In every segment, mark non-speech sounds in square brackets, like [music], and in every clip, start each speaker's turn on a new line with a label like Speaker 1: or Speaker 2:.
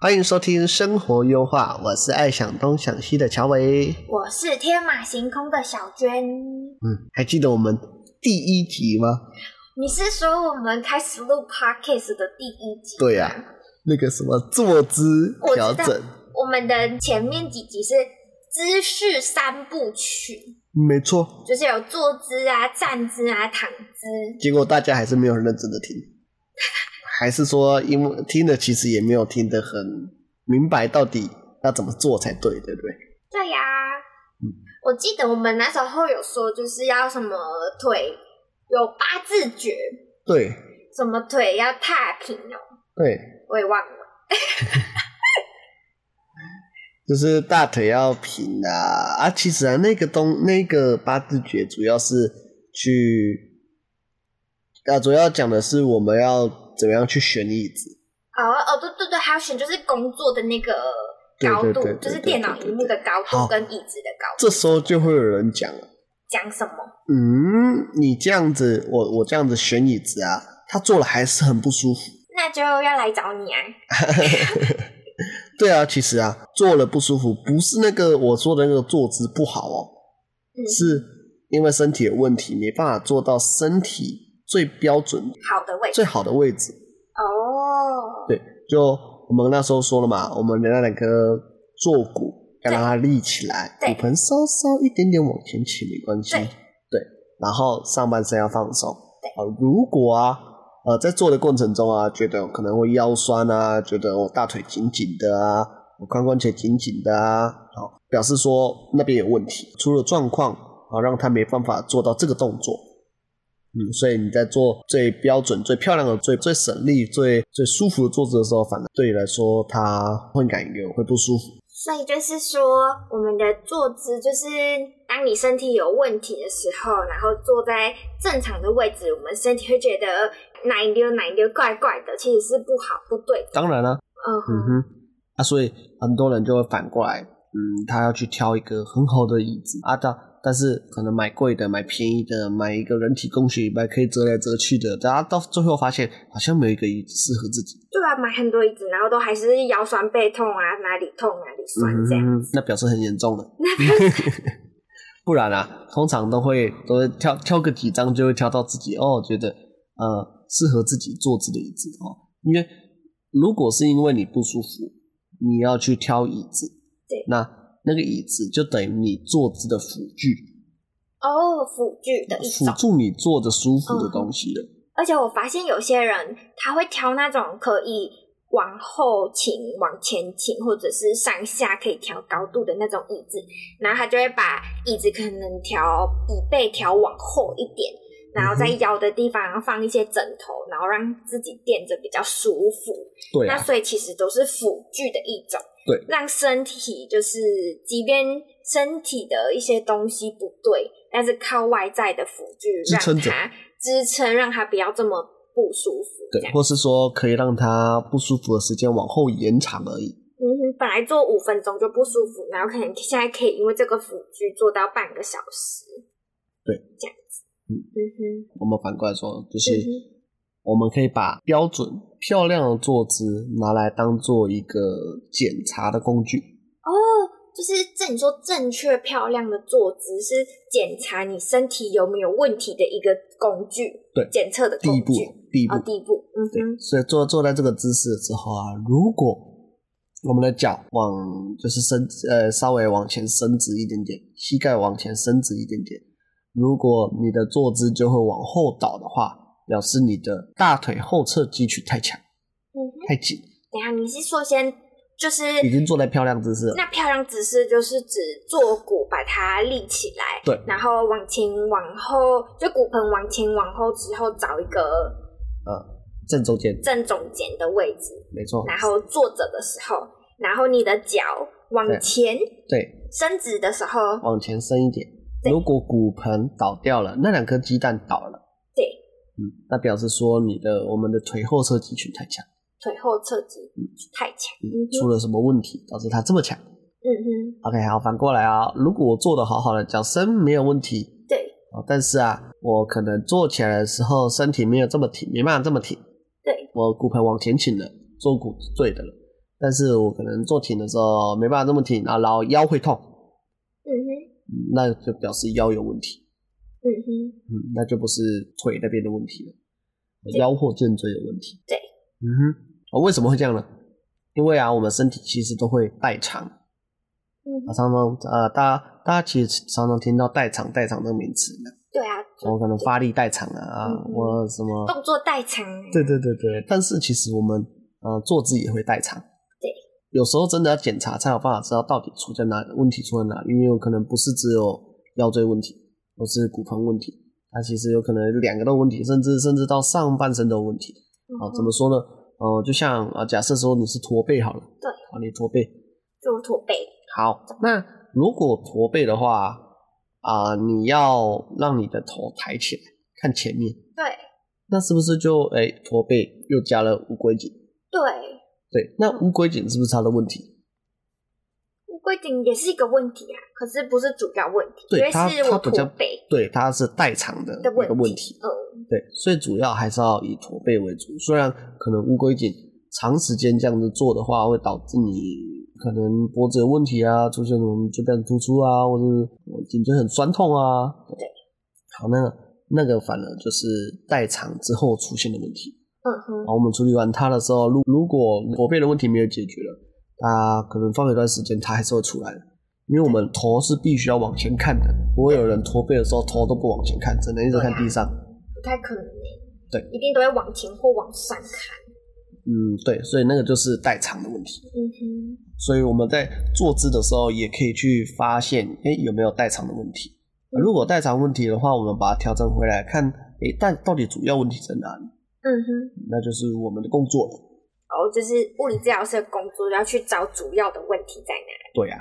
Speaker 1: 欢迎收听《生活优化》，我是爱想东想西的乔伟。
Speaker 2: 我是天马行空的小娟。
Speaker 1: 嗯，还记得我们第一集吗？
Speaker 2: 你是说我们开始录 podcast 的第一集？
Speaker 1: 对呀、那个什么坐姿
Speaker 2: 我知
Speaker 1: 调
Speaker 2: 道
Speaker 1: 整，
Speaker 2: 我们的前面几集是姿势三部曲，
Speaker 1: 没错。
Speaker 2: 就是有坐姿啊、站姿啊、躺姿。
Speaker 1: 结果大家还是没有认真的听，还是说因为听的其实也没有听得很明白，到底要怎么做才对，对不对？
Speaker 2: 对呀、我记得我们那时候有说，就是要什么腿有八字诀，
Speaker 1: 对
Speaker 2: 什么腿要踏平哦，
Speaker 1: 对，
Speaker 2: 我也忘了。
Speaker 1: 就是大腿要平啊啊！其实啊，那个东那个八字诀主要是去啊，主要讲的是我们要怎么样去选椅子。
Speaker 2: 哦哦，对对对，还有选就是工作的那个
Speaker 1: 对
Speaker 2: 高
Speaker 1: 对
Speaker 2: 度，
Speaker 1: 对对
Speaker 2: 就是
Speaker 1: 对
Speaker 2: 电
Speaker 1: 对
Speaker 2: 脑
Speaker 1: 对
Speaker 2: 荧幕的高
Speaker 1: 好
Speaker 2: 度跟椅子的高度。
Speaker 1: 这时候就会有人讲了，
Speaker 2: 讲什么？
Speaker 1: 嗯，你这样子，我我这样子选椅子啊，他坐了还是很不舒服。
Speaker 2: 那就要来找你啊！
Speaker 1: 对啊，其实啊，坐了不舒服不是那个我说的那个坐姿不好哦，
Speaker 2: 嗯，
Speaker 1: 是因为身体有问题，没办法做到身体最标准、
Speaker 2: 好的位置
Speaker 1: 最好的位置。
Speaker 2: 哦。
Speaker 1: 对，就我们那时候说了嘛，我们的那两个坐骨要让它立起来，
Speaker 2: 对
Speaker 1: 骨盆稍稍一点点往前倾没关系。
Speaker 2: 对
Speaker 1: 对，然后上半身要放松。啊，如果啊，呃，在做的过程中啊，觉得可能会腰酸啊，觉得我大腿紧紧的啊，我髋关节紧紧的啊，好，表示说那边有问题，出了状况啊，让他没办法做到这个动作。嗯，所以你在做最标准、最漂亮的、最最省力、最最舒服的坐姿的时候，反而对你来说，它会感觉会不舒服。
Speaker 2: 所以就是说，我们的坐姿就是当你身体有问题的时候，然后坐在正常的位置，我们身体会觉得哪一溜哪一溜怪怪的，其实是不好不对的。
Speaker 1: 当然了、
Speaker 2: 嗯
Speaker 1: 嗯
Speaker 2: 哼，
Speaker 1: 哼，啊，所以很多人就会反过来，嗯，他要去挑一个很好的椅子啊，但但是可能买贵的、买便宜的、买一个人体工学椅，买可以折来折去的，大家到最后发现好像没有一个椅子适合自己。
Speaker 2: 对啊，买很多椅子，然后都还是腰酸背痛啊，哪里痛哪里酸这样。
Speaker 1: 嗯哼，那表示很严重
Speaker 2: [laughs]
Speaker 1: 了。不然啊，通常都会都会挑挑个几张，就会挑到自己哦，觉得呃适合自己坐姿的椅子哦。因为如果是因为你不舒服，你要去挑椅子，
Speaker 2: 对
Speaker 1: 那那个椅子就等于你坐姿的辅具，
Speaker 2: 哦，辅具的一
Speaker 1: 辅
Speaker 2: 种。嗯
Speaker 1: 助你坐着舒服的东西了。
Speaker 2: 而且我发现有些人他会挑那种可以往后倾、往前倾，或者是上下可以调高度的那种椅子，然后他就会把椅子可能调椅背调往后一点，然后在腰的地方放一些枕头，然后让自己垫着比较舒服。
Speaker 1: 对
Speaker 2: 那
Speaker 1: 啊，
Speaker 2: 所以其实都是辅具的一种，
Speaker 1: 对，
Speaker 2: 让身体就是即便身体的一些东西不对，但是靠外在的辅具
Speaker 1: 支撑着
Speaker 2: 让它支撑，让它不要这么不舒服。这
Speaker 1: 对，
Speaker 2: 样，
Speaker 1: 或是说可以让它不舒服的时间往后延长而已。
Speaker 2: 嗯哼，本来做五分钟就不舒服，然后可能现在可以因为这个辅具做到半个小时。
Speaker 1: 对，
Speaker 2: 这样子。
Speaker 1: 嗯
Speaker 2: 嗯
Speaker 1: 我们反过来说，就是
Speaker 2: 嗯哼
Speaker 1: 我们可以把标准漂亮的坐姿拿来当做一个检查的工具。
Speaker 2: 哼，哦。就是正你说正确漂亮的坐姿是检查你身体有没有问题的一个工具，
Speaker 1: 对
Speaker 2: 检测的
Speaker 1: 第一
Speaker 2: 工
Speaker 1: 步
Speaker 2: 具。，
Speaker 1: 第一步
Speaker 2: 哦，，第一步，嗯哼，
Speaker 1: 所以坐坐在这个姿势之后啊，如果我们的脚往就是伸呃稍微往前伸直一点点，膝盖往前伸直一点点，如果你的坐姿就会往后倒的话，表示你的大腿后侧肌群太强
Speaker 2: 嗯哼。
Speaker 1: 太紧。
Speaker 2: 等一下，你是说先就是
Speaker 1: 已经坐在漂亮姿势了。
Speaker 2: 那漂亮姿势就是指坐骨把它立起来，
Speaker 1: 对
Speaker 2: 然后往前往后，就骨盆往前往后之后找一个
Speaker 1: 正中间，
Speaker 2: 正中间的位置，
Speaker 1: 没错，
Speaker 2: 然后坐着的时候，然后你的脚往前
Speaker 1: 对，
Speaker 2: 伸直的时候，
Speaker 1: 往前伸一点。
Speaker 2: 对
Speaker 1: 如果骨盆倒掉了，那两颗鸡蛋倒了，
Speaker 2: 对，
Speaker 1: 嗯，那表示说你的我们的腿后侧肌群太强，
Speaker 2: 腿后侧肌太强，嗯
Speaker 1: 出
Speaker 2: 哼，
Speaker 1: 了什么问题导致它这么强
Speaker 2: 嗯哼，
Speaker 1: ？OK，好，反过来啊、如果我做的好好的，脚伸没有问题
Speaker 2: 对
Speaker 1: 啊、哦但是啊，我可能坐起来的时候身体没有这么挺，没办法这么挺，
Speaker 2: 对
Speaker 1: 我骨盆往前倾了，坐骨是对的了，但是我可能坐挺的时候没办法这么挺啊，然后腰会痛，
Speaker 2: 嗯哼，
Speaker 1: 嗯那就表示腰有问题。
Speaker 2: 嗯哼，
Speaker 1: 嗯，那就不是腿那边的问题了，呃腰或颈椎有问题。
Speaker 2: 对，
Speaker 1: 嗯哼，哦，为什么会这样呢？因为啊，我们身体其实都会代偿，啊，
Speaker 2: 嗯哼，
Speaker 1: 常常呃，大家大家其实常常听到代偿代偿这个名词，
Speaker 2: 对啊，
Speaker 1: 我可能发力代偿啊，
Speaker 2: 嗯嗯
Speaker 1: 我什么，
Speaker 2: 动作代偿，
Speaker 1: 对对对对，但是其实我们呃坐姿也会代偿。
Speaker 2: 对，
Speaker 1: 有时候真的要检查才有办法知道到底出在哪问题出在哪里，因为有可能不是只有腰椎问题，而是骨盆问题，它其实有可能两个都有问题，甚至甚至到上半身都有问题。
Speaker 2: 嗯
Speaker 1: 啊，
Speaker 2: 哼
Speaker 1: 怎么说呢？呃，就像啊，假设说你是驼背好了，
Speaker 2: 对
Speaker 1: 啊，你驼背，
Speaker 2: 就驼背，
Speaker 1: 好，那如果驼背的话，啊、你要让你的头抬起来看前面，
Speaker 2: 对
Speaker 1: 那是不是就哎驼背又加了乌龟颈？
Speaker 2: 对，
Speaker 1: 对，那乌龟颈是不是它的问题？
Speaker 2: 乌龟颈也是一个问题啊，可是不是主要问题，
Speaker 1: 对
Speaker 2: 因为
Speaker 1: 它
Speaker 2: 是
Speaker 1: 它
Speaker 2: 我
Speaker 1: 比较
Speaker 2: 驼背
Speaker 1: 对，它是代偿的
Speaker 2: 的
Speaker 1: 一个问题。
Speaker 2: 嗯，
Speaker 1: 对，所以主要还是要以驼背为主。虽然可能乌龟颈长时间这样子做的话，会导致你可能脖子有问题啊，出现什么椎间盘突出啊，或者是呃颈椎很酸痛啊。
Speaker 2: 对，
Speaker 1: 好，那那个反而就是代偿之后出现的问题。
Speaker 2: 嗯哼
Speaker 1: 然，后我们处理完它的时候，如如果驼背的问题没有解决了，它可能放一段时间它还是会出来的，因为我们头是必须要往前看的，不会有人驼背的时候头都不往前看，只能一直看地上。
Speaker 2: 不太可能欸
Speaker 1: 对，
Speaker 2: 一定都会往前或往上看，
Speaker 1: 嗯，对，所以那个就是代偿的问题。
Speaker 2: 嗯哼，
Speaker 1: 所以我们在坐姿的时候，也可以去发现，哎，有没有代偿的问题。如果代偿问题的话，我们把它调整回来，看，哎，但到底主要问题在哪里？
Speaker 2: 嗯哼，
Speaker 1: 那就是我们的工作了。
Speaker 2: 然后就是物理治疗师的工作要去找主要的问题在哪，
Speaker 1: 对啊。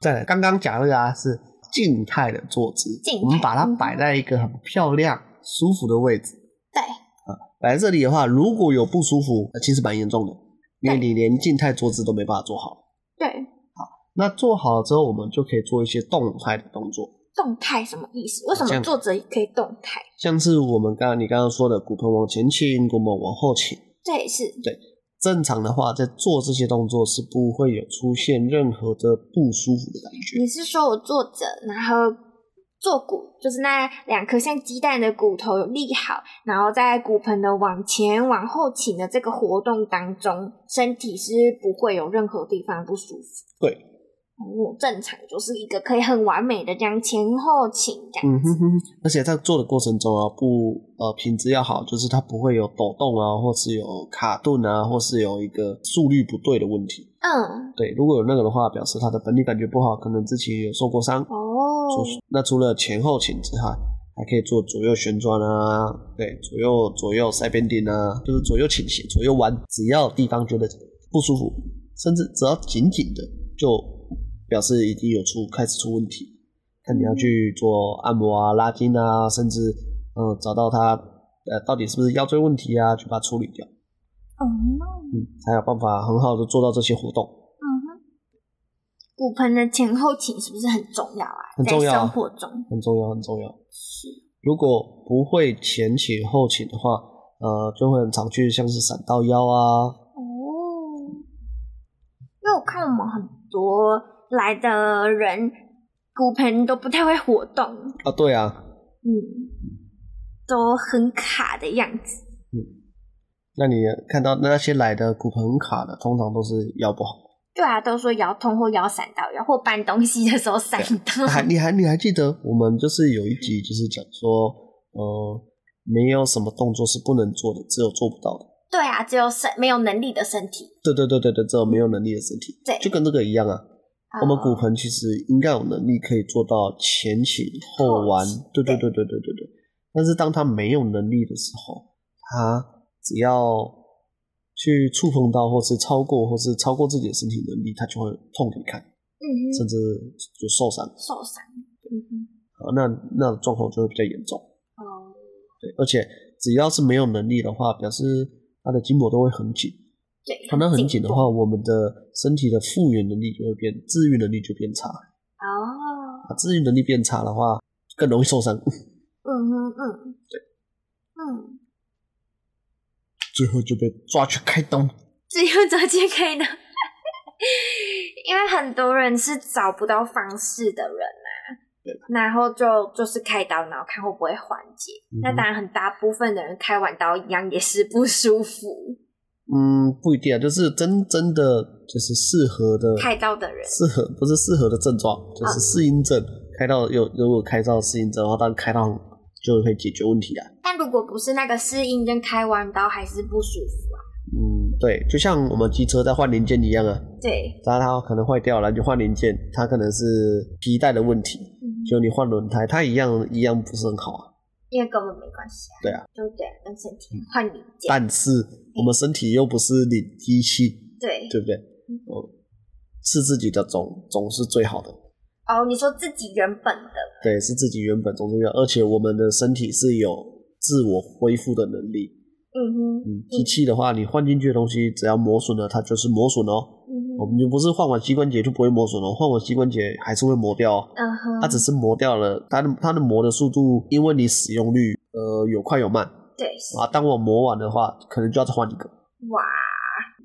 Speaker 1: 再来，刚刚讲那个啊是静态的坐姿
Speaker 2: 静，态
Speaker 1: 我们把它摆在一个很漂亮、舒服的位置。
Speaker 2: 对，
Speaker 1: 摆在这里的话，如果有不舒服，呃其实蛮严重的，因为
Speaker 2: 对
Speaker 1: 你连静态坐姿都没办法做好。
Speaker 2: 对，
Speaker 1: 那做好了之后，我们就可以做一些动态的动作，
Speaker 2: 动态什么意思？为什
Speaker 1: 这
Speaker 2: 么
Speaker 1: 样
Speaker 2: 作者也可以动态？
Speaker 1: 像是我们刚刚你刚刚说的骨盆往前倾，骨盆往后倾。
Speaker 2: 这也是
Speaker 1: 正常的话，在做这些动作是不会有出现任何的不舒服的感觉。
Speaker 2: 你是说我坐着，然后坐骨就是那两颗像鸡蛋的骨头立好，然后在骨盆的往前往后倾的这个活动当中，身体是不会有任何地方不舒服。
Speaker 1: 对，
Speaker 2: 哦，正常就是一个可以很完美的这样前后倾这样
Speaker 1: 嗯
Speaker 2: 子。
Speaker 1: 哼哼，而且在做的过程中啊，不呃品质要好，就是它不会有抖动啊，或是有卡顿啊，或是有一个速率不对的问题。
Speaker 2: 嗯，
Speaker 1: 对，如果有那个的话，表示它的本体感觉不好，可能之前有受过伤。
Speaker 2: 哦，
Speaker 1: 除那除了前后倾之外，还可以做左右旋转啊，对，左右左右塞边定啊，就是左右倾斜、左右弯，只要地方觉得不舒服，甚至只要紧紧的，就表示已经有出开始出问题。看你要去做按摩啊、拉筋啊，甚至嗯找到它呃到底是不是腰椎问题啊，去把它处理掉，
Speaker 2: 哦，
Speaker 1: 嗯，才有办法很好的做到这些活动。
Speaker 2: 嗯哼，骨盆的前后倾是不是很重要啊？
Speaker 1: 很重要
Speaker 2: 在
Speaker 1: 啊
Speaker 2: 生活中
Speaker 1: 很重要，很重要。
Speaker 2: 是，
Speaker 1: 如果不会前倾后倾的话，呃，就会很常去像是闪到腰啊，
Speaker 2: 哦，因为我看我们很多来的人骨盆都不太会活动，
Speaker 1: 啊，对啊，
Speaker 2: 嗯，都很卡的样子。
Speaker 1: 那你看到那些来的骨盆很卡的，通常都是腰不好。
Speaker 2: 对啊，都说腰痛或腰闪到腰，或搬东西的时候闪到。
Speaker 1: 还你还你还记得我们就是有一集就是讲说，呃，没有什么动作是不能做的，只有做不到的。
Speaker 2: 对啊，只有身没有能力的身体。
Speaker 1: 对对对对对，这种没有能力的身体，
Speaker 2: 对
Speaker 1: 就跟这个一样啊。我们骨
Speaker 2: 哦
Speaker 1: 盆其实应该有能力可以做到前倾后弯
Speaker 2: 后倾，
Speaker 1: 对对
Speaker 2: 对
Speaker 1: 对对对对对。但是当他没有能力的时候，他只要去触碰到或是超过或是超过自己的身体能力，他就会痛给你看，
Speaker 2: 嗯哼
Speaker 1: 甚至就受伤。
Speaker 2: 受伤，嗯
Speaker 1: 啊，那那状况就会比较严重。
Speaker 2: 哼哦
Speaker 1: 对，而且只要是没有能力的话，表示他的筋膜都会很紧。
Speaker 2: 对，
Speaker 1: 它那很紧的
Speaker 2: 迫
Speaker 1: 话，我们的身体的复原能力就会变，治愈能力就变差。
Speaker 2: 哦，
Speaker 1: 啊，治愈能力变差的话，更容易受伤。
Speaker 2: 嗯哼嗯，对，嗯，
Speaker 1: [laughs] 最后就被抓去开刀。
Speaker 2: 只有找解开的， [laughs] 因为很多人是找不到方式的人呐、
Speaker 1: 对
Speaker 2: 然后就就是开刀，然后看会不会缓解。
Speaker 1: 嗯
Speaker 2: 那当然，很大部分的人开完刀一样也是不舒服，
Speaker 1: 嗯，不一定啊，就是真真的就是适合的
Speaker 2: 开刀的人啊
Speaker 1: 适合不是适合的症状，就是适应症。开到有如果开到适应症的话，当然开到就可以解决问题啊。
Speaker 2: 但如果不是那个适应症，开完刀还是不舒服啊。
Speaker 1: 嗯，对，就像我们机车在换零件一样啊，
Speaker 2: 对，
Speaker 1: 当然它可能坏掉了，你就换零件，它可能是皮带的问题，
Speaker 2: 嗯
Speaker 1: 就你换轮胎，它一样一样不是很好啊。
Speaker 2: 因为根本没关系啊。
Speaker 1: 对啊，嗯
Speaker 2: 就对，跟身体换零件。
Speaker 1: 但是我们身体又不是零机器，
Speaker 2: 对，
Speaker 1: 对不对？哦，是自己的总总是最好的，
Speaker 2: 哦，你说自己原本的，
Speaker 1: 对，是自己原本总是要，而且我们的身体是有自我恢复的能力。
Speaker 2: 嗯哼，
Speaker 1: 嗯，机器的话，你换进去的东西只要磨损了，它就是磨损哦。
Speaker 2: 嗯
Speaker 1: 我
Speaker 2: 哼，
Speaker 1: 们就不是换完膝关节就不会磨损哦，换完膝关节还是会磨掉哦。
Speaker 2: 嗯哼，
Speaker 1: 它只是磨掉了，它的它的磨的速度，因为你使用率，呃，有快有慢
Speaker 2: 对，是
Speaker 1: 啊。当我磨完的话，可能就要再换一个。
Speaker 2: 哇，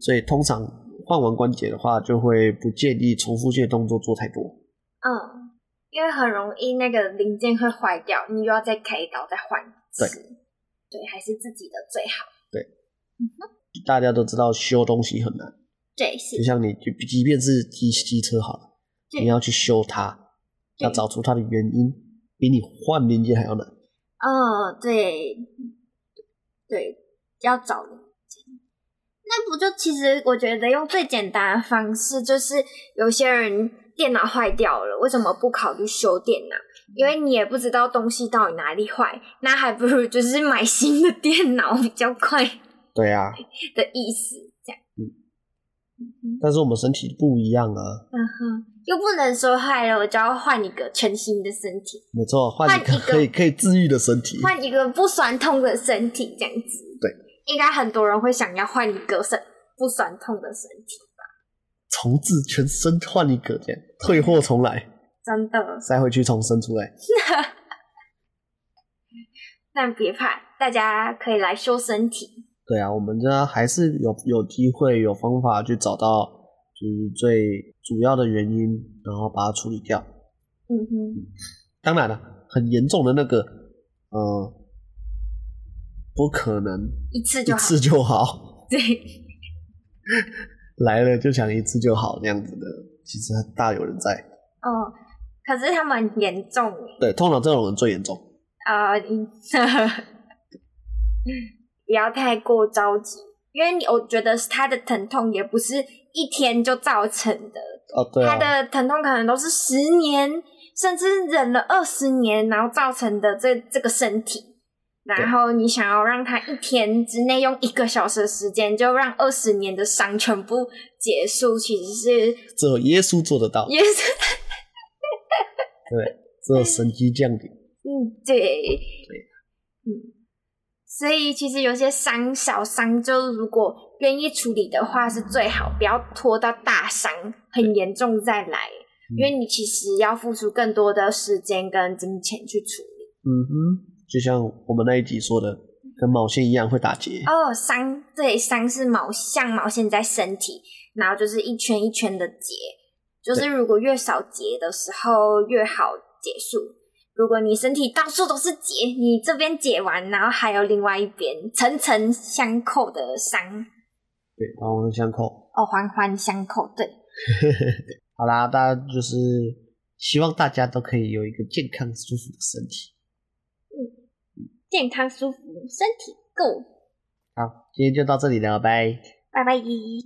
Speaker 1: 所以通常换完关节的话，就会不建议重复性的动作做太多。
Speaker 2: 嗯，因为很容易那个零件会坏掉，你又要再开刀再换一次。对，还是自己的最好。
Speaker 1: 大家都知道修东西很难，
Speaker 2: 对，是
Speaker 1: 就像你就即便是机机车好了，
Speaker 2: 对
Speaker 1: 你要去修它，
Speaker 2: 对
Speaker 1: 要找出它的原因，比你换零件还要难。
Speaker 2: 嗯，对，对，要找零件。那不就其实我觉得用最简单的方式，就是有些人电脑坏掉了，为什么不考虑修电脑？
Speaker 1: 嗯
Speaker 2: 因为你也不知道东西到底哪里坏，那还不如就是买新的电脑比较快
Speaker 1: 对啊，
Speaker 2: 的意思，这样。
Speaker 1: 但是我们身体不一样啊，
Speaker 2: 嗯哼，又不能说坏了，我就要换一个全新的身体，
Speaker 1: 没错，换一个
Speaker 2: 换一个
Speaker 1: 可以可以治愈的身体，
Speaker 2: 换一个不酸痛的身体，这样子。
Speaker 1: 对，
Speaker 2: 应该很多人会想要换一个身不酸痛的身体，
Speaker 1: 重置全身换一个，这样退货重来，
Speaker 2: 真的。
Speaker 1: 塞回去重生出来。
Speaker 2: 但别怕，大家可以来修身体。
Speaker 1: 对啊，我们这还是有有机会有方法去找到就是最主要的原因，然后把它处理掉。
Speaker 2: 嗯哼，
Speaker 1: 当然了，很严重的那个，呃，不可能
Speaker 2: 一次
Speaker 1: 一
Speaker 2: 就好。
Speaker 1: 次就好，[laughs]
Speaker 2: [laughs] 对，
Speaker 1: 来了就想一次就好那样子的，其实大有人在。
Speaker 2: 哦，可是他们很严重耶
Speaker 1: 对，通常这种人最严重。
Speaker 2: 啊，你 [laughs] 不要太过着急，因为你我觉得他的疼痛也不是一天就造成的，
Speaker 1: 哦，对
Speaker 2: 他
Speaker 1: 啊，
Speaker 2: 的疼痛可能都是十年，甚至忍了二十年，然后造成的这这个身体。然后你想要让他一天之内用一个小时的时间就让二十年的伤全部结束，其实是
Speaker 1: 只有耶稣做得到，
Speaker 2: 也是
Speaker 1: 对，只有神机降临。
Speaker 2: 嗯对嗯，所以其实有些伤小伤，就如果愿意处理的话是最好，不要拖到大伤很严重再来，因为你其实要付出更多的时间跟金钱去处理。
Speaker 1: 嗯哼，就像我们那一集说的，跟毛线一样会打结。
Speaker 2: 哦，伤对，伤是毛像毛线在身体，然后就是一圈一圈的结，就是
Speaker 1: 对
Speaker 2: 如果越少结的时候越好结束。如果你身体到处都是结，你这边解完，然后还有另外一边层层相扣的伤，
Speaker 1: 对，环环相扣。
Speaker 2: 哦，环环相扣，对，
Speaker 1: 好啦，大家就是希望大家都可以有一个健康舒服的身体。
Speaker 2: 健康舒服，身体够。
Speaker 1: 好，今天就到这里了，拜。
Speaker 2: 拜拜一。